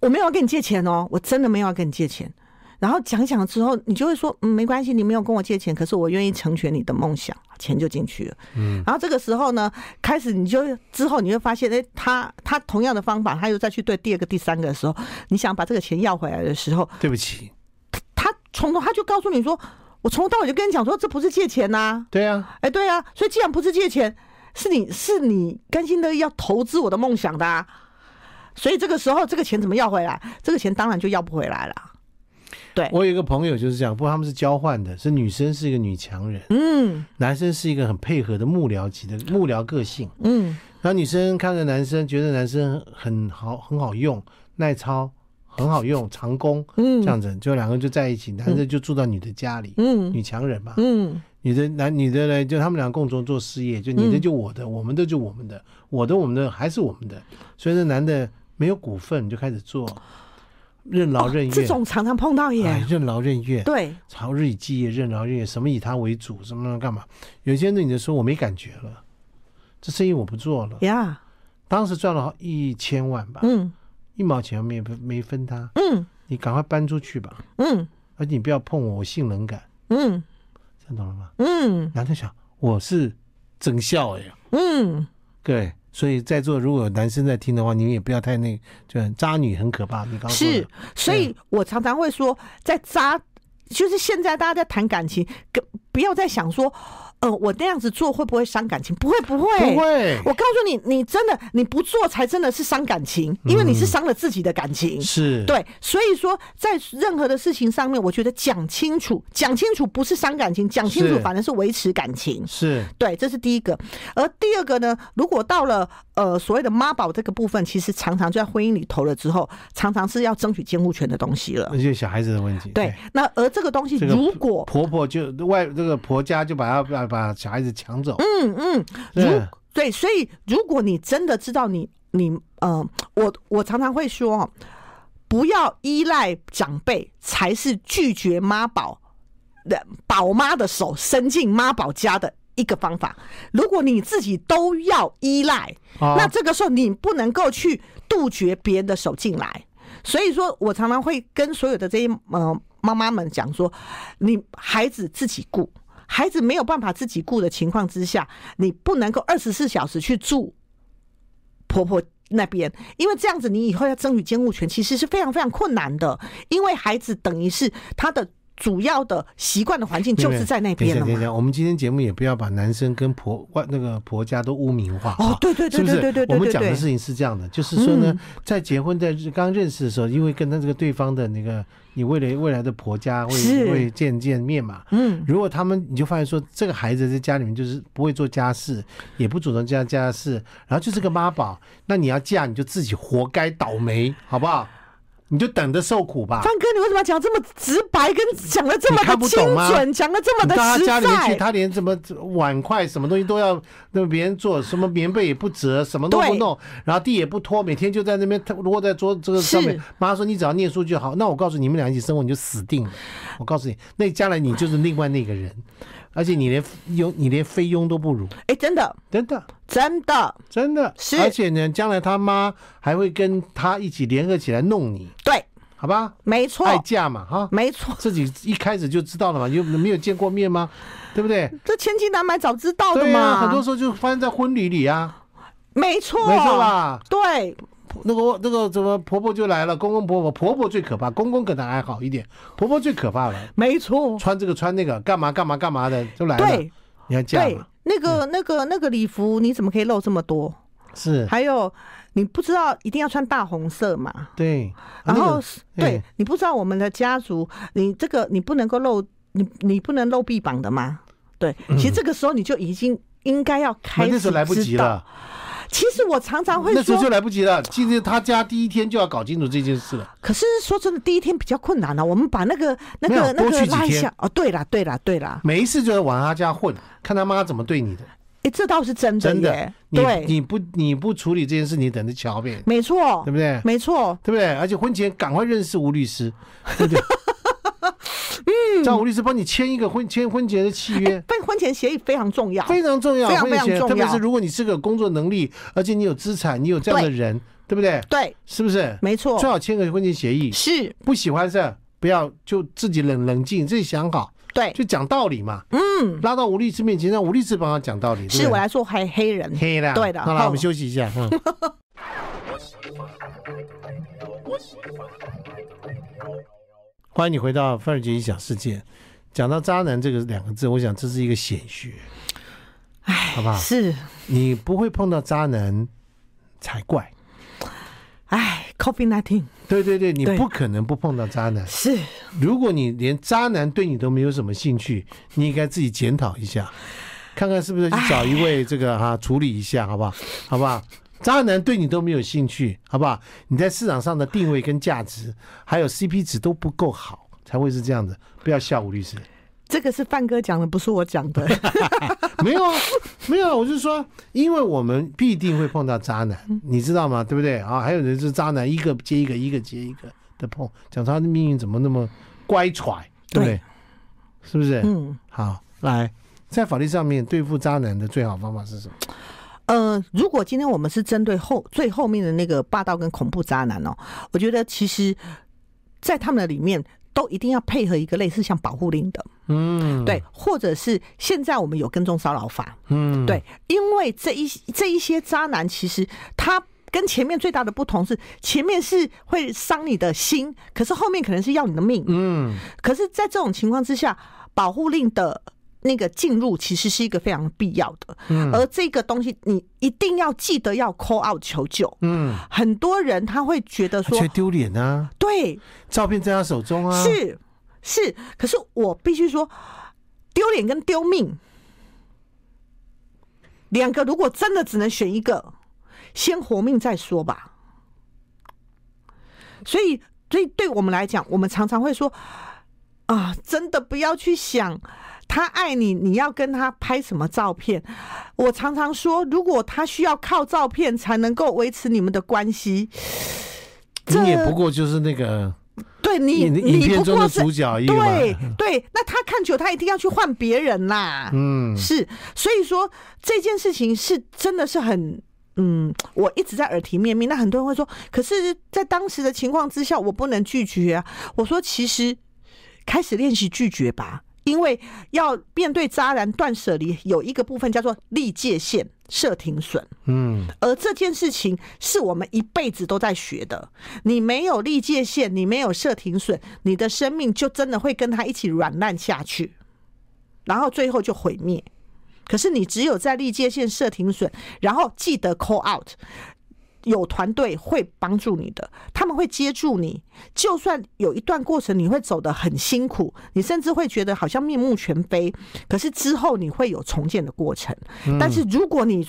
Speaker 2: 我没有要跟你借钱哦，我真的没有要跟你借钱。然后讲一讲之后，你就会说，嗯，没关系，你没有跟我借钱，可是我愿意成全你的梦想，钱就进去了。嗯，然后这个时候呢，开始你就之后你会发现，哎，他他同样的方法，他又再去对第二个、第三个的时候，你想把这个钱要回来的时候，
Speaker 1: 对不起，
Speaker 2: 他从头他就告诉你说，我从头到尾就跟你讲说，这不是借钱呐、
Speaker 1: 对啊，
Speaker 2: 哎，对啊，所以既然不是借钱，是你是你甘心的要投资我的梦想的、啊，所以这个时候这个钱怎么要回来？这个钱当然就要不回来了。对，
Speaker 1: 我有一个朋友就是这样，不过他们是交换的，是女生是一个女强人，
Speaker 2: 嗯
Speaker 1: 男生是一个很配合的幕僚级的幕僚个性。
Speaker 2: 嗯，
Speaker 1: 然后女生看着男生，觉得男生很好，很好用，耐操，很好用，长工，
Speaker 2: 嗯
Speaker 1: 这样子，就两个就在一起，男的就住到女的家里，
Speaker 2: 嗯
Speaker 1: 女强人嘛，
Speaker 2: 嗯
Speaker 1: 女的男女的呢，就他们俩共同做事业，就你的就我的，我们的就我们的，我的我们的还是我们的，所以那男的没有股份就开始做，任劳任
Speaker 2: 哦这
Speaker 1: 怨，
Speaker 2: 种常常碰到耶。
Speaker 1: 哎，任劳任怨，
Speaker 2: 对，
Speaker 1: 朝日以继夜，任劳任怨，什么以他为主，什么干嘛？有些女的说我没感觉了，这生意我不做了。
Speaker 2: 呀，
Speaker 1: 当时赚了好一千万吧，
Speaker 2: 嗯
Speaker 1: 一毛钱没没分他，
Speaker 2: 嗯
Speaker 1: 你赶快搬出去吧，
Speaker 2: 嗯
Speaker 1: 而且你不要碰我，我性冷感，
Speaker 2: 嗯
Speaker 1: 这样懂了吗？
Speaker 2: 嗯
Speaker 1: 男的想我是真笑哎呀，
Speaker 2: 嗯，
Speaker 1: 各位，所以在座如果有男生在听的话，你们也不要太那，就很渣女很可怕。你刚刚说的嗯
Speaker 2: 是，所以我常常会说，在渣，就是现在大家在谈感情，跟不要再想说，呃，我那样子做会不会伤感情？不会，不会，
Speaker 1: 不。会
Speaker 2: 我告诉你，你真的你不做才真的是伤感情，因为你是伤了自己的感情。
Speaker 1: 是，
Speaker 2: 对，所以说在任何的事情上面，我觉得讲清楚，讲清楚不是伤感情，讲清楚
Speaker 1: 是
Speaker 2: 反而是维持感情。
Speaker 1: 是
Speaker 2: 对，这是第一个。而第二个呢，如果到了呃所谓的妈宝这个部分，其实常常就在婚姻里头了之后，常常是要争取监护权的东西了
Speaker 1: 那。就是小孩子的问题。
Speaker 2: 对，那而这个东西
Speaker 1: 嗯这个
Speaker 2: 如果、
Speaker 1: 婆婆就外这个婆家就把他把把小孩子抢走，
Speaker 2: 嗯嗯，
Speaker 1: 对啊
Speaker 2: 如对，所以如果你真的知道你你呃，我我常常会说哦，不要依赖长辈才是拒绝妈宝的宝妈的手伸进妈宝家的一个方法。如果你自己都要依赖，
Speaker 1: 哦
Speaker 2: 那这个时候你不能够去杜绝别人的手进来。所以说我常常会跟所有的这些呃妈妈们讲说，你孩子自己顾，孩子没有办法自己顾的情况之下，你不能够二十四小时去住婆婆。那边，因为这样子，你以后要争取监护权，其实是非常非常困难的。因为孩子等于是他的主要的习惯的环境就是在那
Speaker 1: 等一
Speaker 2: 边了
Speaker 1: 下等一
Speaker 2: 嘛。
Speaker 1: 下，我们今天节目也不要把男生跟婆外那个婆家都污名化。
Speaker 2: 哦
Speaker 1: 啊
Speaker 2: 对对对
Speaker 1: 是不是
Speaker 2: 对对对对嗯
Speaker 1: 我们
Speaker 2: 对
Speaker 1: 讲的
Speaker 2: 对
Speaker 1: 事情是这样的，就是说呢，在结婚在刚认识的时候，因为跟他这个对方的那个，你为了未来的婆家
Speaker 2: 是
Speaker 1: 会会见见面嘛。
Speaker 2: 嗯，
Speaker 1: 如果他们，你就发现说，这个孩子在家里面就是不会做家事，也不主动家家事，然后就是个妈宝。那你要嫁，你就自己活该倒霉，好不好？你就等着受苦吧。
Speaker 2: 范哥，你为什么要讲这么直白，跟讲的这么
Speaker 1: 你看
Speaker 2: 的
Speaker 1: 不
Speaker 2: 精
Speaker 1: 懂吗
Speaker 2: 准，讲的这么
Speaker 1: 你
Speaker 2: 的
Speaker 1: 到他
Speaker 2: 实
Speaker 1: 家里面去，
Speaker 2: 在？
Speaker 1: 他连什么碗筷、什么东西都要那别人做，什么棉被也不折，什么都不
Speaker 2: 对
Speaker 1: 弄，然后地也不拖，每天就在那边窝在桌这个上面
Speaker 2: 是。
Speaker 1: 妈说：“你只要念书就好。”那我告诉你你们俩一起生活，你就死定了。我告诉你，那将来你就是另外那个人，而且你连佣你连菲佣都不如，
Speaker 2: 哎、真的，
Speaker 1: 真的
Speaker 2: 真的，
Speaker 1: 真的。
Speaker 2: 是
Speaker 1: 而且呢，将来他妈还会跟他一起联合起来弄你，
Speaker 2: 对，
Speaker 1: 好吧？
Speaker 2: 没错，
Speaker 1: 爱嫁嘛，哈。
Speaker 2: 没错，
Speaker 1: 自己一开始就知道了嘛，又没有见过面吗？对不对？
Speaker 2: 这千金难买早知道的
Speaker 1: 对
Speaker 2: 嘛。
Speaker 1: 啊，很多时候就发生在婚礼里啊。
Speaker 2: 没错，
Speaker 1: 没错？吧？
Speaker 2: 对，
Speaker 1: 那个那个怎么婆婆就来了，公公婆婆，婆婆最可怕，公公可能还好一点，婆婆最可怕了，
Speaker 2: 没错，
Speaker 1: 穿这个穿那个，干嘛干嘛干嘛的就来了嗯
Speaker 2: 对，
Speaker 1: 你看这样
Speaker 2: 对
Speaker 1: 嘛，
Speaker 2: 那个那个那个礼服你怎么可以露这么多？
Speaker 1: 是，
Speaker 2: 还有，你不知道一定要穿大红色嘛？
Speaker 1: 对，啊
Speaker 2: 然
Speaker 1: 那个
Speaker 2: 后是对
Speaker 1: 哎
Speaker 2: 你不知道我们的家族，你这个你不能够露，你你不能露臂膀的吗？对，其实这个时候你就已经应该要开始
Speaker 1: 嗯那时候来不及
Speaker 2: 知道。
Speaker 1: 了，
Speaker 2: 其实我常常会
Speaker 1: 那时候就
Speaker 2: 说，
Speaker 1: 来不及了。今天他家第一天就要搞清楚这件事
Speaker 2: [LAUGHS]
Speaker 1: 了，
Speaker 2: 可是说真的，第一天比较困难了、啊我们把那个那
Speaker 1: 没有
Speaker 2: 个那
Speaker 1: 多去
Speaker 2: 个
Speaker 1: 几
Speaker 2: 拉一
Speaker 1: 天嗯
Speaker 2: 下。哦，对啦，对啦，对啦，
Speaker 1: 每一次就要往他家混，看他妈怎么对你的。
Speaker 2: 哎，这倒是真的
Speaker 1: 真的
Speaker 2: 耶。，
Speaker 1: 你
Speaker 2: 对，
Speaker 1: 你不你不处理这件事，你等着瞧呗，
Speaker 2: 没错
Speaker 1: 对，不对？
Speaker 2: 没错，
Speaker 1: 对不对？而且婚前赶快认识吴律
Speaker 2: [LAUGHS]
Speaker 1: 师，对不对？嗯，让吴律师帮你签一个婚签婚前的契约。
Speaker 2: 但婚前协议非常重要。
Speaker 1: 非常重要，
Speaker 2: 非常
Speaker 1: 婚前
Speaker 2: 非常重要
Speaker 1: 特别是如果你是个有工作能力，而且你有资产，你有这样的人，对不对？
Speaker 2: 对，
Speaker 1: 是不是？
Speaker 2: 没错
Speaker 1: 最，好签个婚前协议，
Speaker 2: 是，
Speaker 1: 不喜欢是不要就自己冷冷静，自己想好，
Speaker 2: 对，
Speaker 1: 就讲道理嘛。嗯，拉到吴律师面前，让吴律师帮他讲道理。对不对
Speaker 2: 是我来说还黑人。
Speaker 1: 黑的，
Speaker 2: 对的
Speaker 1: 好了，
Speaker 2: 好
Speaker 1: 我们休息一下。嗯欢迎你回到范儿杰一想世界。讲到渣男这个两个字，我想这是一个显学，好不好？
Speaker 2: 是，
Speaker 1: 你不会碰到渣男才怪。
Speaker 2: 哎，COVID nineteen
Speaker 1: 对对对，你
Speaker 2: 对
Speaker 1: 不可能不碰到渣男。
Speaker 2: 是
Speaker 1: 如果你连渣男对你都没有什么兴趣，你应该自己检讨一下，看看是不是去找一位这个哈、处理一下，好不好？好不好？渣男对你都没有兴趣，好不好？你在市场上的定位跟价值，还有 CP 值都不够好，才会是这样的。不要笑吴律师，
Speaker 2: 这个是范哥讲的，不是我讲的。
Speaker 1: [LAUGHS] 没有啊，没有啊，我是说，因为我们必定会碰到渣男，
Speaker 2: 嗯
Speaker 1: 你知道吗？对不对啊？还有人是渣男，一个接一个，一个接一个的碰，讲他的命运怎么那么乖舛，对不对？是不是？
Speaker 2: 嗯，
Speaker 1: 好，来，在法律上面对付渣男的最好方法是什么？
Speaker 2: 呃，如果今天我们是针对后最后面的那个霸道跟恐怖渣男哦，我觉得其实，在他们的里面都一定要配合一个类似像保护令的，
Speaker 1: 嗯，
Speaker 2: 对，或者是现在我们有跟踪骚扰法，
Speaker 1: 嗯，
Speaker 2: 对，因为这一这一些渣男其实他。跟前面最大的不同是，前面是会伤你的心，可是后面可能是要你的命。
Speaker 1: 嗯，
Speaker 2: 可是，在这种情况之下，保护令的那个进入其实是一个非常必要的，而这个东西你一定要记得要 call out 求救。
Speaker 1: 嗯，
Speaker 2: 很多人他会觉得
Speaker 1: 他
Speaker 2: 说
Speaker 1: 却，丢脸啊，
Speaker 2: 对，
Speaker 1: 照片在他手中啊，，
Speaker 2: 是是，可是我必须说，丢脸跟丢命两个，如果真的只能选一个，先活命再说吧。所以，所以对我们来讲，我们常常会说啊，真的不要去想他爱你，你要跟他拍什么照片。我常常说，如果他需要靠照片才能够维持你们的关系，
Speaker 1: 你也
Speaker 2: 这
Speaker 1: 不过就是那个
Speaker 2: 对你，
Speaker 1: 影
Speaker 2: 你
Speaker 1: 影片
Speaker 2: 不
Speaker 1: 中
Speaker 2: 过
Speaker 1: 的
Speaker 2: 是
Speaker 1: 主角一个嘛，
Speaker 2: 对对，那他看球，他一定要去换别人啦。
Speaker 1: 嗯，
Speaker 2: 是，所以说这件事情是真的是很。嗯，我一直在耳提面命。那很多人会说，可是，在当时的情况之下，我不能拒绝啊。我说，其实开始练习拒绝吧，因为要面对渣男断舍离，有一个部分叫做立界限、设停损。
Speaker 1: 嗯，
Speaker 2: 而这件事情是我们一辈子都在学的。你没有立界限，你没有设停损，你的生命就真的会跟他一起软烂下去，然后最后就毁灭。可是你只有在立界限设停损，然后记得 call out，有团队会帮助你的，他们会接住你。就算有一段过程你会走得很辛苦，你甚至会觉得好像面目全非，可是之后你会有重建的过程。
Speaker 1: 嗯
Speaker 2: 但是如果你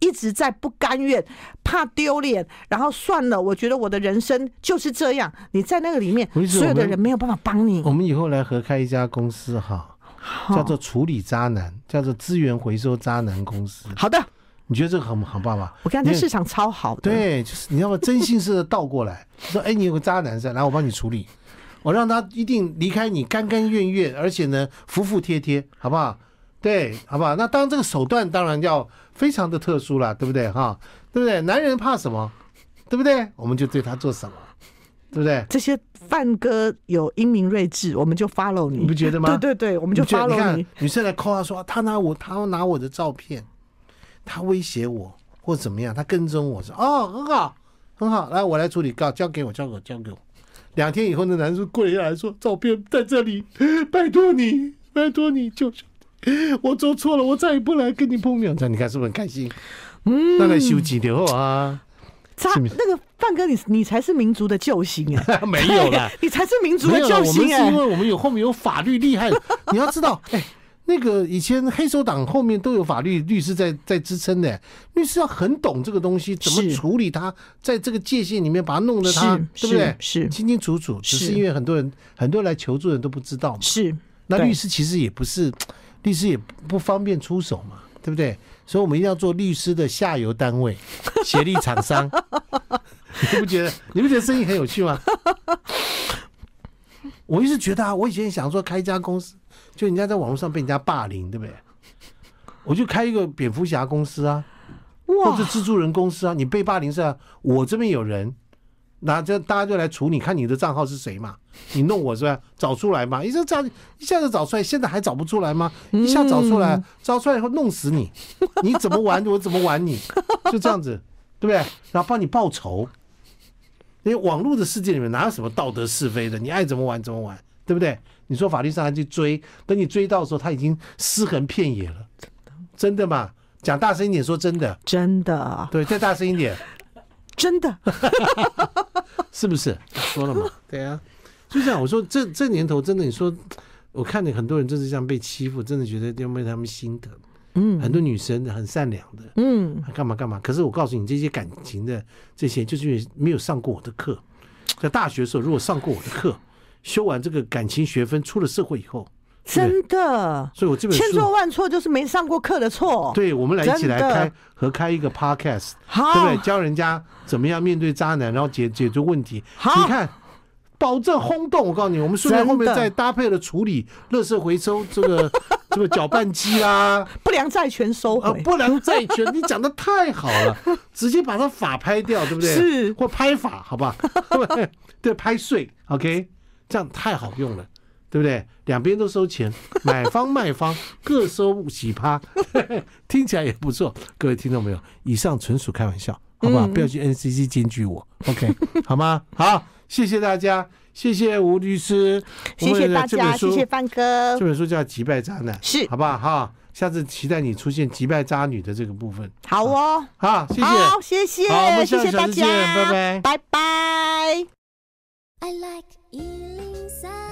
Speaker 2: 一直在不甘愿、怕丢脸，然后算了，我觉得我的人生就是这样，你在那个里面，
Speaker 1: 不是
Speaker 2: 所有
Speaker 1: 我
Speaker 2: 的
Speaker 1: 们
Speaker 2: 人没有办法帮你
Speaker 1: 我。们以后来合开一家公司哈，
Speaker 2: 哦
Speaker 1: 叫做处理渣男，叫做资源回收渣男公司，
Speaker 2: 好的，
Speaker 1: 你觉得这个很好办吗？
Speaker 2: 我看
Speaker 1: 你
Speaker 2: 这
Speaker 1: 也
Speaker 2: 市场超好的，，
Speaker 1: 对，就是你要么真心式的倒过来， [LAUGHS] 说哎，你有个渣男在，来我帮你处理，我让他一定离开你，甘甘愿愿，而且呢，服服帖帖，好不好？对，好不好？那当然这个手段当然要非常的特殊啦，对不对哈？对不对？男人怕什么？对不对？我们就对他做什么，对不对？
Speaker 2: 这些范哥有英明睿智，我们就 follow 你，
Speaker 1: 你不觉得吗
Speaker 2: 对对对，我们
Speaker 1: 你
Speaker 2: 就
Speaker 1: 觉得你
Speaker 2: follow
Speaker 1: 看
Speaker 2: 你，
Speaker 1: 女生来 call 他说他拿我，他要拿我的照片，他威胁我，或怎么样，他跟踪我说哦很好很好，来我来处理告，交给我交给我交给我。两天以后，那男生跪下来说：“照片在这里，拜托你，拜托你，救救我！我做错了，我再也不来跟你碰面。”这样你看是不是很开心？
Speaker 4: 嗯
Speaker 1: 那来休息的后啊，
Speaker 4: 他
Speaker 1: 是
Speaker 4: 那个范哥你，你才是民族的救星
Speaker 2: 啊
Speaker 4: 哎、
Speaker 1: [LAUGHS] 没有
Speaker 2: [LAUGHS]
Speaker 1: 啦，
Speaker 4: 你才是民族
Speaker 1: 没
Speaker 4: 的
Speaker 1: 有啦，
Speaker 4: 救
Speaker 2: 欸
Speaker 1: 我们
Speaker 4: 星
Speaker 1: 是
Speaker 4: 哎、
Speaker 1: 因为我们有后面有法律
Speaker 4: [LAUGHS]
Speaker 1: 厉害的，你要知道，哎、那个以前黑手党后面都有法律律师在在支撑的，律师要很懂这个东西，怎么
Speaker 4: 是
Speaker 1: 处理它，在这个界限里面把它弄得它，
Speaker 4: 是
Speaker 1: 对不对？
Speaker 4: 是
Speaker 1: 清清楚楚，只是
Speaker 4: 是
Speaker 1: 因为很多人很多人来求助的人都不知道嘛。
Speaker 4: 是，
Speaker 1: 那
Speaker 4: 对
Speaker 1: 律师其实也不是，律师也不方便出手嘛，对不对？所以我们一定要做律师的下游单位，协力厂商。你不觉得？你不觉得生意很有趣吗？我一直觉得啊，我以前想说开一家公司，就人家在网络上被人家霸凌，对不对？我就开一个蝙蝠侠公司啊，或
Speaker 4: 哇
Speaker 1: 者，蜘蛛人公司啊，你被霸凌是啊，我这边有人，那这大家就来处你，看你的账号是谁嘛，你弄我是吧？找出来嘛，一下找一下就找出来，现在还找不出来吗？一下找出来，找出来以后弄死你，你怎么玩我怎么玩你，就这样子，对不对？然后帮你报仇，因为网络的世界里面哪有什么道德是非的，你爱怎么玩怎么玩，对不对？你说法律上还去追，等你追到的时候，他已经尸横遍野了，真的嘛？讲大声一点，说真的，
Speaker 4: 真的
Speaker 1: [LAUGHS] 对，再大声一点，
Speaker 4: 真
Speaker 1: [LAUGHS]
Speaker 4: 的，
Speaker 1: 是不是？说了嘛，对啊，就这样。我说这这年头真的，你说我看你很多人就是这样被欺负，真的觉得要为他们心疼。
Speaker 4: 嗯
Speaker 1: 很多女生很善良的，啊
Speaker 4: 嗯，
Speaker 1: 干嘛干嘛。可是我告诉你，这些感情的这些，就是因为没有上过我的课。在大学的时候，如果上过我的课，修完这个感情学分，出了社会以后，
Speaker 4: 真的，
Speaker 1: 所以我这本
Speaker 4: 千错
Speaker 1: 书，
Speaker 4: 万错就是没上过课的错，
Speaker 1: 对我们来一起来
Speaker 4: 哦真的
Speaker 1: 开合开一个 podcast，
Speaker 4: 好，
Speaker 1: 对不对？教人家怎么样面对渣男，然后解解决问题。
Speaker 4: 好
Speaker 1: 你看，保证轰动。我告诉你，我们顺便
Speaker 4: 真的
Speaker 1: 后面再搭配了处理垃圾回收这个 [LAUGHS] 这个搅拌机啊啦、
Speaker 4: 不良债权收
Speaker 1: 啊，
Speaker 4: 回，
Speaker 1: 不良债权，你讲的太好
Speaker 2: [LAUGHS]
Speaker 1: 了，直接把它法拍掉，对不对？
Speaker 4: 是
Speaker 1: 或拍法，好吧？ [LAUGHS] 对对，拍税，OK，这样太好用了。对不对？两边都收钱，买方卖方各收几趴， [LAUGHS] 听起来也不错。各位听众朋友，以上纯属开玩笑，好不好？
Speaker 2: 嗯
Speaker 1: 不要去 NCC 检举我，OK，好吗？好，谢谢大家，谢谢吴律师，
Speaker 2: 谢
Speaker 1: 我
Speaker 2: 谢大
Speaker 1: 们的这本
Speaker 2: 家，谢
Speaker 1: 书
Speaker 2: 谢范哥
Speaker 1: 这，本书叫《击败渣男》，
Speaker 2: 嗯是
Speaker 1: 好不好？哈，下次期待你出现击败渣女的这个部分。
Speaker 2: 好哦，
Speaker 1: 好，谢谢，
Speaker 2: 好，谢谢
Speaker 1: 好我们，下
Speaker 2: 谢
Speaker 1: 个
Speaker 2: 谢
Speaker 1: 小
Speaker 2: 大
Speaker 1: 时见
Speaker 2: 家，
Speaker 1: 拜拜
Speaker 2: 拜拜。
Speaker 3: I like Ealing Sound.